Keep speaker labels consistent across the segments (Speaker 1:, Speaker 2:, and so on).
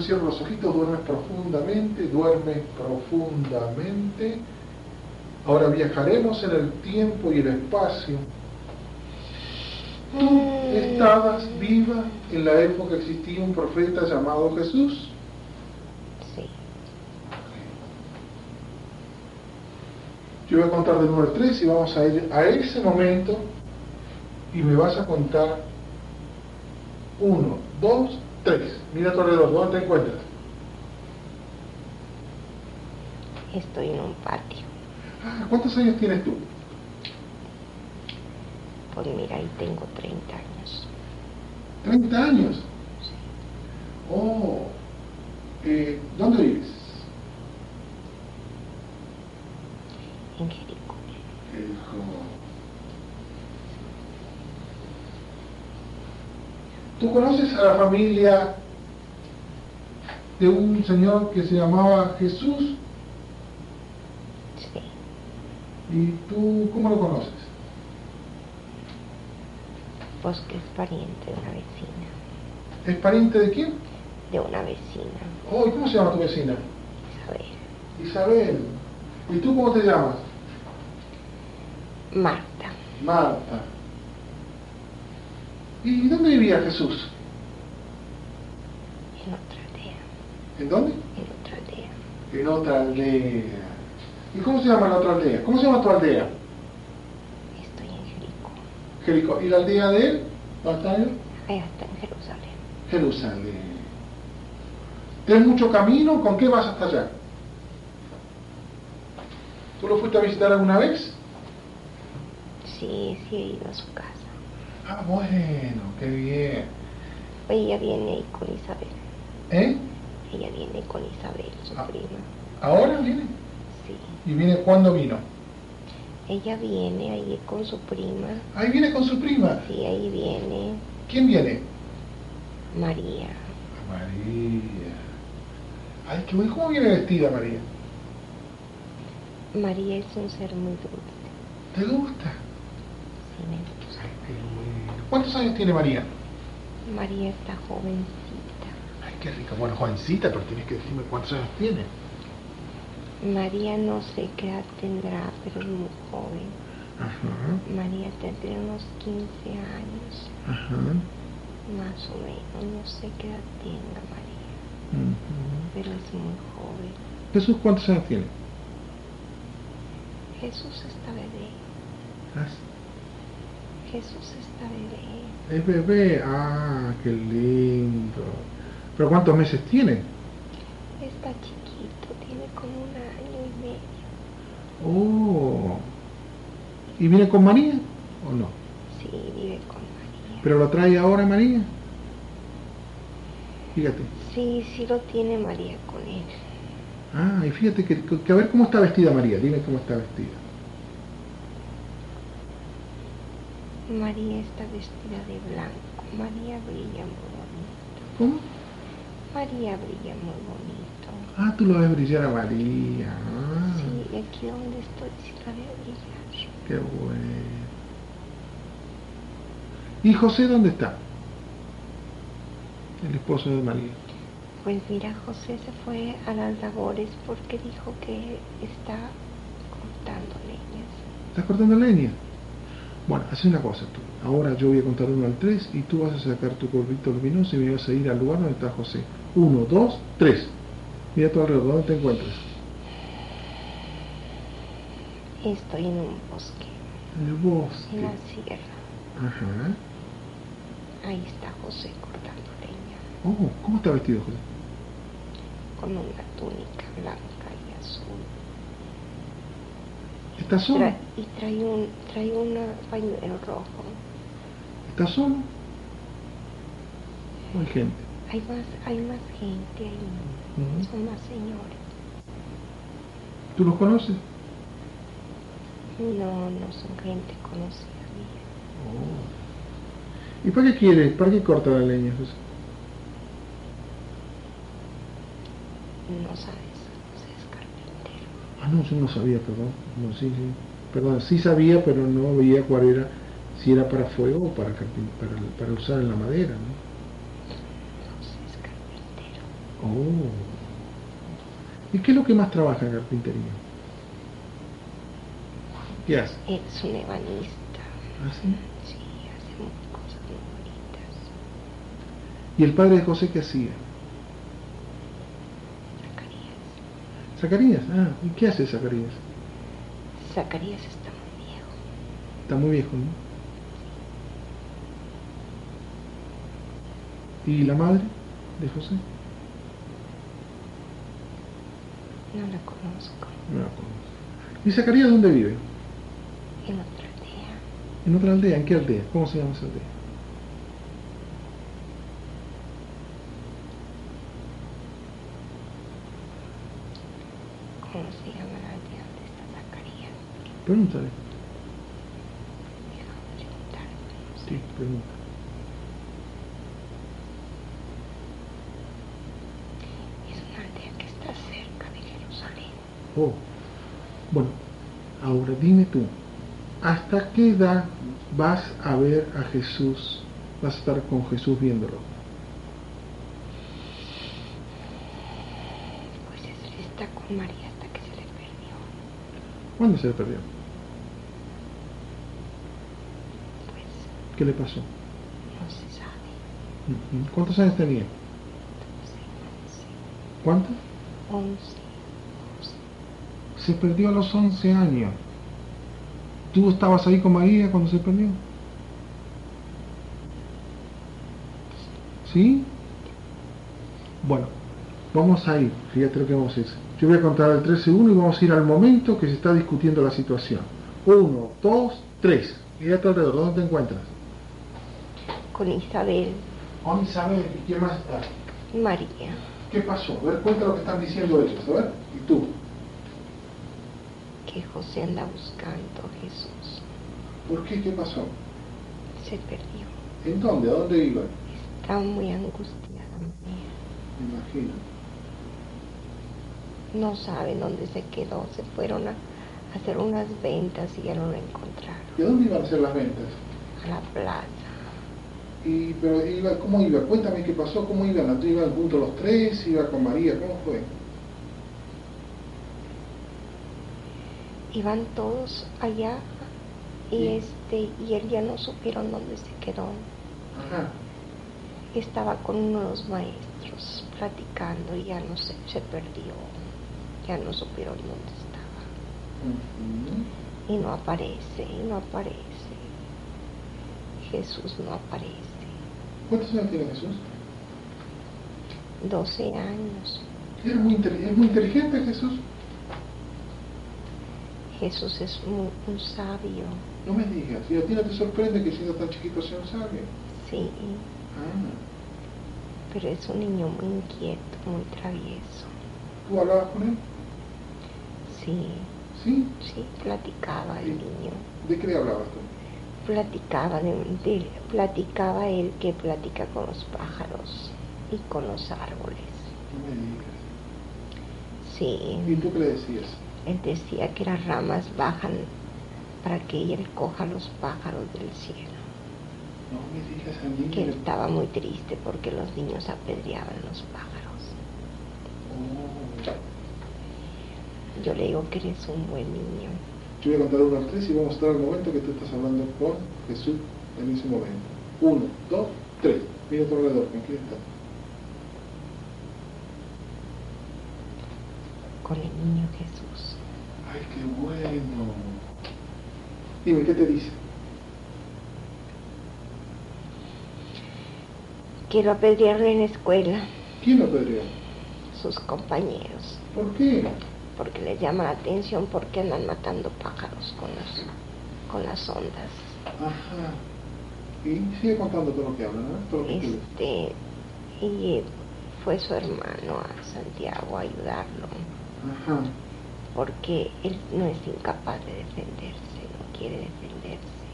Speaker 1: Cierra los ojitos, duermes profundamente, duermes profundamente. Ahora viajaremos en el tiempo y el espacio. Tú estabas viva en la época que existía un profeta llamado Jesús.
Speaker 2: Sí.
Speaker 1: Yo voy a contar del 1 al 3 y vamos a ir a ese momento y me vas a contar 1, 2, 3. Mira Torredos, ¿dónde te encuentras?
Speaker 2: Estoy en un patio.
Speaker 1: Ah, ¿Cuántos años tienes tú?
Speaker 2: Pues mira, ahí tengo 30 años.
Speaker 1: 30 años. Oh, eh, ¿dónde vives?
Speaker 2: En Jericó.
Speaker 1: ¿Tú conoces a la familia de un señor que se llamaba Jesús?
Speaker 2: Sí.
Speaker 1: ¿Y tú cómo lo conoces?
Speaker 2: Pues que es pariente de una vecina.
Speaker 1: ¿Es pariente de quién?
Speaker 2: De una vecina.
Speaker 1: Oh, ¿y cómo se llama tu vecina?
Speaker 2: Isabel.
Speaker 1: Isabel. ¿Y tú cómo te llamas?
Speaker 2: Marta.
Speaker 1: Marta. ¿Y dónde vivía Jesús?
Speaker 2: En otra aldea.
Speaker 1: ¿En dónde?
Speaker 2: En otra aldea.
Speaker 1: En otra aldea. ¿Y cómo se llama la otra aldea? ¿Cómo se llama tu aldea?
Speaker 2: Estoy en Jericó.
Speaker 1: Jericó. ¿Y la aldea de él? ¿Dónde está él?
Speaker 2: Allá está en Jerusalén.
Speaker 1: Jerusalén. ¿Tienes mucho camino? ¿Con qué vas hasta allá? ¿Tú lo fuiste a visitar alguna vez?
Speaker 2: Sí, sí he ido a su casa.
Speaker 1: Ah, bueno, qué bien.
Speaker 2: Ella viene ahí con Isabel.
Speaker 1: ¿Eh?
Speaker 2: Ella viene con Isabel, su
Speaker 1: Ah.
Speaker 2: prima.
Speaker 1: ¿Ahora viene?
Speaker 2: Sí.
Speaker 1: ¿Y viene cuándo vino?
Speaker 2: Ella viene ahí con su prima.
Speaker 1: Ahí viene con su prima.
Speaker 2: Sí, ahí viene
Speaker 1: ¿Quién viene?
Speaker 2: María.
Speaker 1: María. Ay, qué bueno. ¿Cómo viene vestida María?
Speaker 2: María es un ser muy dulce.
Speaker 1: ¿Te gusta?
Speaker 2: Sí, me gusta.
Speaker 1: Ay, qué bueno. Eh, ¿Cuántos años tiene María?
Speaker 2: María está jovencita.
Speaker 1: Ay, qué rica. Bueno, jovencita, pero tienes que decirme cuántos años tiene.
Speaker 2: María no sé qué edad tendrá, pero es muy joven.
Speaker 1: Ajá,
Speaker 2: María tendrá unos 15 años,
Speaker 1: ajá.
Speaker 2: más o menos. No sé qué edad tenga María,
Speaker 1: Ujú.
Speaker 2: pero es muy joven.
Speaker 1: Jesús, ¿cuántos años tiene?
Speaker 2: Jesús está bebé.
Speaker 1: Ah,
Speaker 2: Jesús está bebé.
Speaker 1: Es bebé. Ah, qué lindo. ¿Pero cuántos meses tiene?
Speaker 2: Está chiquito, tiene como un año y medio.
Speaker 1: Oh. ¿Y viene con María o no?
Speaker 2: Sí, vive con María.
Speaker 1: ¿Pero lo trae ahora María? Fíjate.
Speaker 2: Sí, sí lo tiene María con él.
Speaker 1: Ah, y fíjate que, que a ver cómo está vestida María. Dime cómo está vestida.
Speaker 2: María está vestida de blanco. María brilla muy bonito.
Speaker 1: ¿Cómo?
Speaker 2: María brilla muy bonito.
Speaker 1: Ah, tú lo ves brillar a María. Ah,
Speaker 2: Sí, y aquí donde estoy sí la veo brillar.
Speaker 1: Qué bueno. ¿Y José dónde está? El esposo de María.
Speaker 2: Pues mira, José se fue a las labores porque dijo que está cortando leñas.
Speaker 1: ¿Estás cortando leña? Bueno, haz una cosa tú. Ahora yo voy a contar uno al 3 y tú vas a sacar tu corvito luminoso y me vas a ir al lugar donde está José. 1, 2, 3. Mira a tu alrededor, ¿dónde te encuentras?
Speaker 2: Estoy en un bosque,
Speaker 1: El
Speaker 2: en
Speaker 1: bosque.
Speaker 2: la sierra.
Speaker 1: Ajá.
Speaker 2: Ahí está José cortando leña
Speaker 1: Oh, ¿cómo está vestido José?
Speaker 2: con una túnica blanca y azul.
Speaker 1: ¿Está solo?
Speaker 2: Tra- y trae un trae un pañuelo rojo.
Speaker 1: ¿Está solo? No hay gente.
Speaker 2: Hay más hay más gente ahí,
Speaker 1: Ujú.
Speaker 2: son más señores.
Speaker 1: ¿Tú los conoces?
Speaker 2: No, no son gente conocida mía.
Speaker 1: Oh. ¿Y para qué quiere? ¿Para qué corta la leña, Pues, José?
Speaker 2: No sabes, José es carpintero.
Speaker 1: Ah, no, yo no sabía, perdón. No, sí, sí. Perdón, sí sabía, pero no veía cuál era, si era para fuego o para, carpin- para, para usar en la madera, ¿no?
Speaker 2: José es carpintero.
Speaker 1: Oh. ¿Y qué es lo que más trabaja en carpintería? ¿Qué hace?
Speaker 2: Es un ebanista.
Speaker 1: ¿Ah, sí?
Speaker 2: Sí, hace mu- cosas muy bonitas.
Speaker 1: ¿Y el padre de José qué hacía?
Speaker 2: Zacarías.
Speaker 1: Zacarías. Ah, ¿y qué hace Zacarías?
Speaker 2: Zacarías está muy viejo.
Speaker 1: Está muy viejo, ¿no? ¿Y la madre de José?
Speaker 2: No la conozco.
Speaker 1: No la conozco. ¿Y Zacarías dónde vive?
Speaker 2: En otra aldea.
Speaker 1: En otra aldea. ¿En qué aldea? ¿Cómo se llama esa aldea?
Speaker 2: ¿Cómo se llama la aldea donde está Zacarías?
Speaker 1: Pregúntale.
Speaker 2: Déjame preguntar. no sé.
Speaker 1: Sí, pregunta.
Speaker 2: Es una aldea que está cerca de Jerusalén.
Speaker 1: Oh. Bueno, ahora dime tú, ¿hasta qué edad vas a ver a Jesús? Vas a estar con Jesús viéndolo.
Speaker 2: Pues él está con María hasta que se le perdió.
Speaker 1: ¿Cuándo se le perdió?
Speaker 2: Pues
Speaker 1: ¿Qué le pasó?
Speaker 2: no se sabe.
Speaker 1: Ujú. ¿Cuántos años tenía?
Speaker 2: Entonces,
Speaker 1: ¿Cuántos?
Speaker 2: 11, 11,
Speaker 1: Se perdió a los 11 años. ¿Tú estabas ahí con María cuando se perdió? ¿Sí? Bueno, vamos a ir. Fíjate lo que vamos a ir. Yo voy a contar al 3 1 y vamos a ir al momento que se está discutiendo la situación. 1, 2, 3. Mira a tu alrededor, ¿dónde te encuentras?
Speaker 2: Con Isabel,
Speaker 1: Con Isabel, ¿y quién más está?
Speaker 2: María.
Speaker 1: ¿Qué pasó? A ver, cuenta lo que están diciendo ellos, a ver. ¿Y tú?
Speaker 2: que José anda buscando a Jesús.
Speaker 1: ¿Por qué? ¿Qué pasó?
Speaker 2: Se perdió.
Speaker 1: ¿En dónde? ¿A dónde iban?
Speaker 2: Está muy angustiada María.
Speaker 1: Me imagino.
Speaker 2: No saben dónde se quedó. Se fueron a hacer unas ventas y ya no lo encontraron.
Speaker 1: ¿Y a dónde iban a hacer las ventas?
Speaker 2: A la plaza.
Speaker 1: Y, pero iba, ¿cómo iba? Cuéntame qué pasó, cómo iban, iban juntos los tres, iba con María, ¿cómo fue?
Speaker 2: Y van todos allá y
Speaker 1: Sí.
Speaker 2: este y él ya no supieron dónde se quedó.
Speaker 1: Ajá.
Speaker 2: Estaba con uno de los maestros platicando y ya no sé, se perdió. Ya no supieron dónde estaba.
Speaker 1: Ujú.
Speaker 2: Y no aparece, y no aparece. Jesús no aparece.
Speaker 1: ¿Cuántos años tiene Jesús?
Speaker 2: 12 años.
Speaker 1: ¿Es muy, inte- es muy inteligente Jesús?
Speaker 2: Jesús es mu- un, sabio,
Speaker 1: No me digas, y a ti no te sorprende que siendo tan chiquito sea un sabio.
Speaker 2: sí,
Speaker 1: Ah.
Speaker 2: pero es un niño muy inquieto, muy travieso.
Speaker 1: ¿Tú hablabas con él?
Speaker 2: Sí,
Speaker 1: ¿Sí?
Speaker 2: sí, platicaba el niño.
Speaker 1: ¿De qué le hablabas tú?
Speaker 2: Platicaba, de, de- platicaba él que platica con los pájaros y con los árboles.
Speaker 1: No me digas.
Speaker 2: Sí,
Speaker 1: ¿Y tú qué le decías?
Speaker 2: él decía que las ramas bajan para que él coja los pájaros del cielo.
Speaker 1: No me digas a mí.
Speaker 2: Que él estaba muy triste porque los niños apedreaban los pájaros.
Speaker 1: Oh.
Speaker 2: Yo le digo que eres un buen niño.
Speaker 1: Yo voy a contar uno al tres y voy a mostrar el momento que tú estás hablando con Jesús en ese momento. Uno, dos, tres. Mira a tu alrededor, ¿con quién estás?
Speaker 2: con el niño Jesús.
Speaker 1: Ay, qué bueno. Dime, ¿qué te dice?
Speaker 2: Que lo apedrearon en la escuela,
Speaker 1: ¿Quién lo apedreó?
Speaker 2: sus compañeros,
Speaker 1: ¿Por qué?
Speaker 2: porque les llama la atención porque andan matando pájaros con las, con las ondas.
Speaker 1: Ajá. Y sigue contando todo lo que habla, ¿no? Todo lo que tú lees.
Speaker 2: Este, y fue su hermano a Santiago a ayudarlo,
Speaker 1: Ajá.
Speaker 2: porque él no es incapaz de defenderse, no quiere defenderse.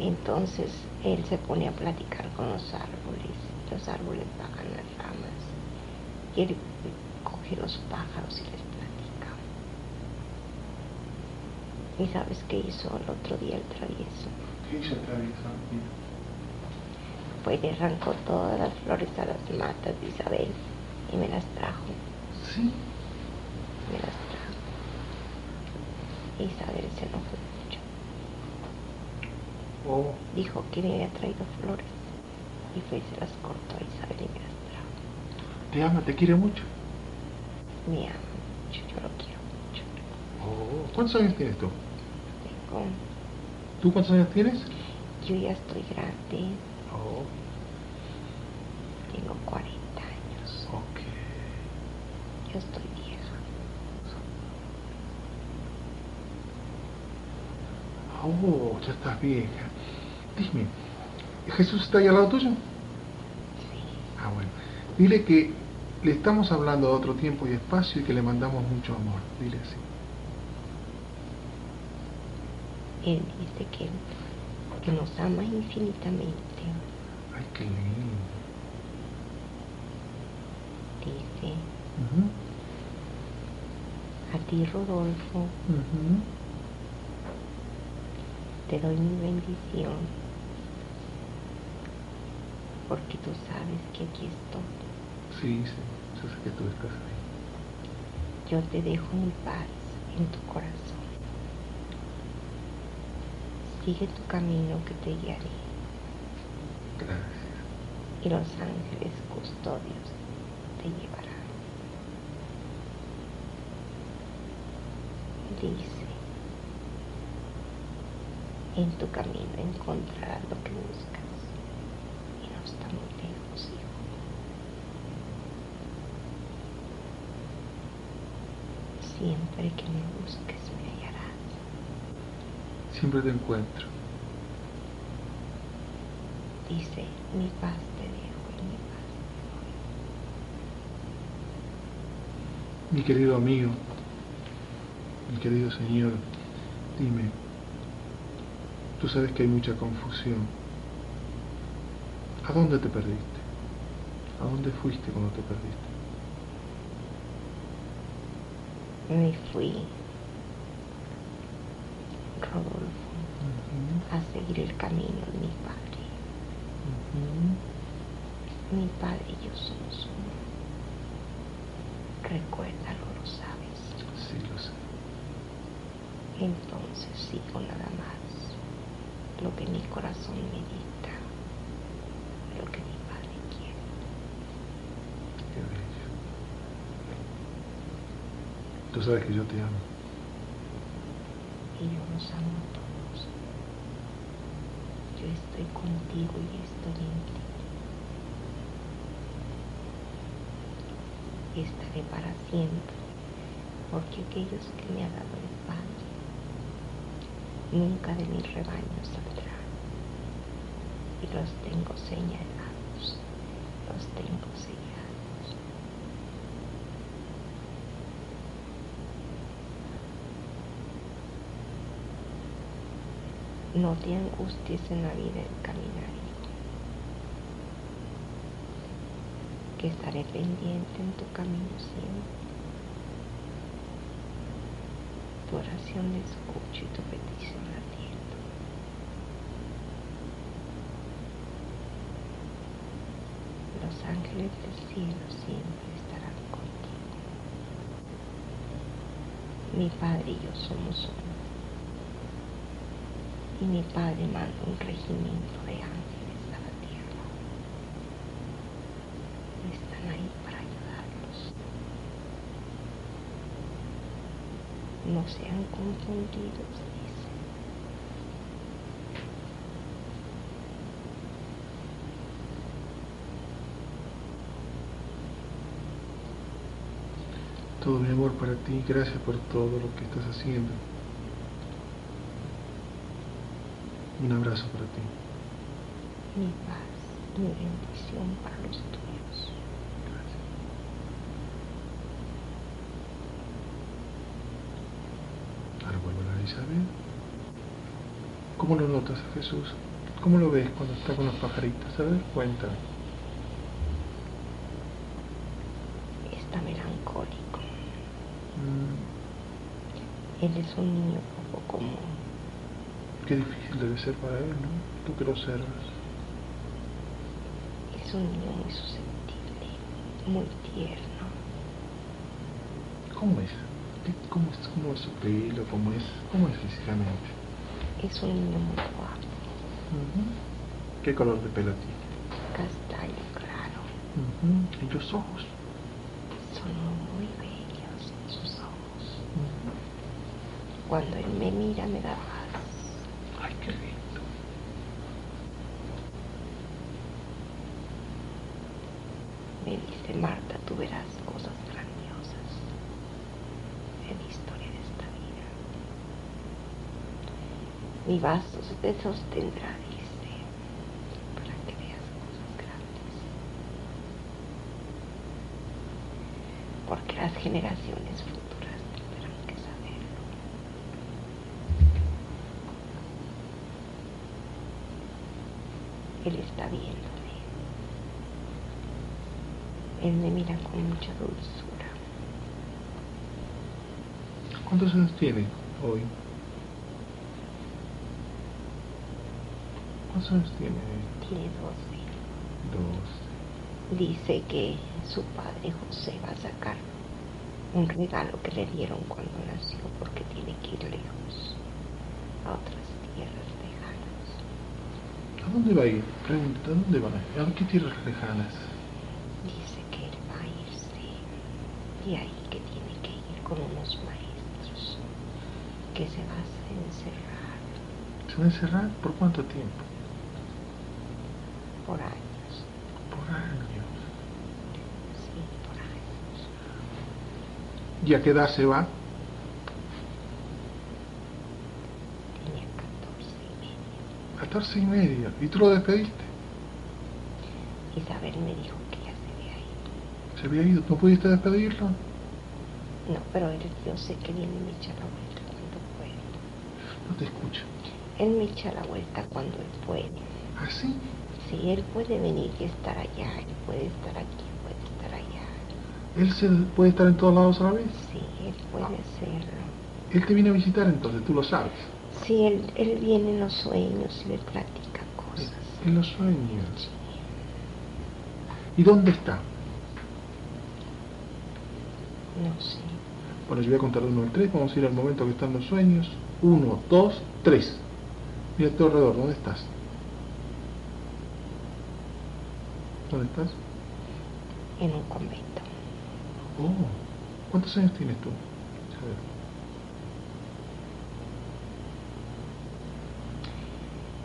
Speaker 2: Entonces él se pone a platicar con los árboles, los árboles bajan las ramas y él coge los pájaros y les platica. ¿Y sabes qué hizo el otro día el travieso?
Speaker 1: ¿Qué hizo el travieso?
Speaker 2: Pues le arrancó todas las flores a las matas de Isabel y me las trajo,
Speaker 1: Sí.
Speaker 2: me las trajo. Isabel se enojó mucho.
Speaker 1: Oh,
Speaker 2: Dijo que me había traído flores y fue y se las cortó a Isabel y me las trajo.
Speaker 1: te ama, te quiere mucho.
Speaker 2: Me ama mucho, yo lo quiero mucho.
Speaker 1: Oh. ¿Cuántos años tienes tú?
Speaker 2: Tengo,
Speaker 1: ¿Tú cuántos años tienes?
Speaker 2: yo ya estoy grande,
Speaker 1: Oh,
Speaker 2: tengo 40 años,
Speaker 1: ok.
Speaker 2: yo estoy vieja.
Speaker 1: Oh, ya estás vieja. Dime, ¿Jesús está ahí al lado tuyo?
Speaker 2: Sí,
Speaker 1: Ah, bueno. Dile que le estamos hablando a otro tiempo y espacio y que le mandamos mucho amor. Dile así.
Speaker 2: él dice que, que nos ama infinitamente.
Speaker 1: Ay, qué lindo.
Speaker 2: Dice,
Speaker 1: Ujú,
Speaker 2: a ti Rodolfo,
Speaker 1: ujú.
Speaker 2: te doy mi bendición, porque tú sabes que aquí estoy.
Speaker 1: Sí, sí. Yo sé que tú estás ahí.
Speaker 2: Yo te dejo mi paz en tu corazón. Sigue tu camino que te guiaré
Speaker 1: Gracias.
Speaker 2: y los ángeles custodios te llevarán. Dice, en tu camino encontrarás lo que buscas y no está muy lejos, hijo. Siempre que me busques me hallarás.
Speaker 1: Siempre te encuentro.
Speaker 2: Dice, mi paz te dejo y mi paz te doy.
Speaker 1: Mi querido amigo, mi querido señor, dime, tú sabes que hay mucha confusión. ¿A dónde te perdiste? ¿A dónde fuiste cuando te perdiste?
Speaker 2: Me fui, Rodolfo, a seguir el camino de mi padre. Mi padre y yo somos uno. Recuérdalo, lo sabes.
Speaker 1: Sí, lo sé.
Speaker 2: Entonces sigo nada más lo que mi corazón me dicta, lo que mi padre quiere.
Speaker 1: Qué bello. Tú sabes que yo te amo.
Speaker 2: Y yo los amo a todos. Yo estoy contigo y estoy en ti. Y estaré para siempre, porque aquellos que me ha dado el Padre nunca de mi rebaño saldrán. Y los tengo señalados, los tengo sellados. No te angusties en la vida en caminar, hijo. Que estaré pendiente en tu camino siempre. Tu oración la escucho y tu petición la atiendo. Los ángeles del cielo siempre estarán contigo. Mi Padre y yo somos uno y mi padre manda un regimiento de ángeles a la tierra. Están ahí para ayudarlos. No sean confundidos, dice.
Speaker 1: Todo mi amor para ti. Gracias por todo lo que estás haciendo. Un abrazo para ti.
Speaker 2: Mi paz, mi bendición para los tuyos.
Speaker 1: Ahora vuelvo a la Isabel. ¿Cómo lo notas a Jesús? ¿Cómo lo ves cuando está con los pajaritos? A ver, cuéntame.
Speaker 2: Está melancólico.
Speaker 1: Mm,
Speaker 2: Él es un niño poco común.
Speaker 1: qué difícil debe ser para él, ¿no? Tú que lo observas.
Speaker 2: Es un niño muy susceptible, muy tierno.
Speaker 1: ¿Cómo es? ¿Qué- ¿Cómo es? ¿Cómo es su pelo? ¿Cómo es? ¿Cómo es físicamente?
Speaker 2: Es un niño muy guapo,
Speaker 1: ¿Qué color de pelo tiene?
Speaker 2: castaño claro.
Speaker 1: ¿Y los ojos?
Speaker 2: Son muy bellos sus ojos. Cuando él me mira me da paz.
Speaker 1: Ay, qué lindo.
Speaker 2: Me dice, Marta, tú verás cosas grandiosas en la historia de esta vida. Mi vaso se te sostendrá, dice, para que veas cosas grandes. Porque las generaciones futuras tendrán que saberlo. Él está viéndome. Él me mira con mucha dulzura.
Speaker 1: ¿Cuántos años tiene hoy? ¿Cuántos años tiene?
Speaker 2: Tiene 12.
Speaker 1: Dos.
Speaker 2: Dice que su padre José va a sacar un regalo que le dieron cuando nació porque tiene que ir lejos a otras tierras lejanas.
Speaker 1: ¿A dónde va a ir? Pregunta, ¿a dónde va a ir? ¿A qué tierras lejanas?
Speaker 2: Dice que él va a irse y ahí que tiene que ir con unos maestros que se va a encerrar
Speaker 1: ¿Se va a encerrar? ¿Por cuánto tiempo?
Speaker 2: por años.
Speaker 1: Por años.
Speaker 2: Sí, por años.
Speaker 1: ¿Y a qué edad se va?
Speaker 2: Tenía 14
Speaker 1: 14
Speaker 2: y medio.
Speaker 1: y medio. ¿Y tú lo despediste?
Speaker 2: Isabel me dijo que ya se ve ahí.
Speaker 1: ¿Se había ido? ¿No pudiste despedirlo?
Speaker 2: No, pero él, yo sé que viene y me echa la vuelta cuando puede.
Speaker 1: No te escucho.
Speaker 2: Él me echa la vuelta cuando él puede.
Speaker 1: ¿Así?
Speaker 2: Si él puede venir y estar allá, él puede estar aquí, puede estar allá.
Speaker 1: ¿Él se puede estar en todos lados a la vez?
Speaker 2: Sí, él puede hacerlo.
Speaker 1: Él te viene a visitar entonces, tú lo sabes.
Speaker 2: Sí, él, él viene en los sueños y me platica cosas.
Speaker 1: En los sueños. ¿Y dónde está?
Speaker 2: No sé.
Speaker 1: Bueno, yo voy a contar de uno al 3, vamos a ir al momento que están los sueños. 1, 2, 3. Mira a tu alrededor, ¿dónde estás? ¿Dónde estás?
Speaker 2: En un convento.
Speaker 1: Oh, ¿cuántos años tienes tú? A ver.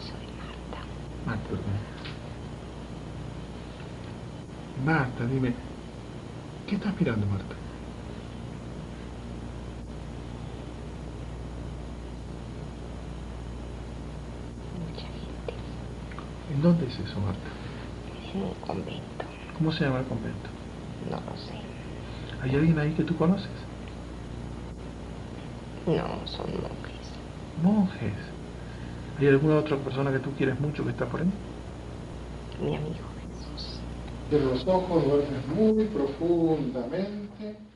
Speaker 2: Soy Marta.
Speaker 1: Marta, perdón. Marta, dime, ¿qué estás mirando, Marta?
Speaker 2: Mucha gente.
Speaker 1: ¿En dónde es eso, Marta?
Speaker 2: En un convento.
Speaker 1: ¿Cómo se llama el convento?
Speaker 2: No lo sé.
Speaker 1: ¿Hay alguien ahí que tú conoces?
Speaker 2: No, son monjes.
Speaker 1: Monjes. ¿Hay alguna otra persona que tú quieres mucho que está por ahí?
Speaker 2: Mi amigo Jesús.
Speaker 1: Cierra los ojos, duermes muy profundamente.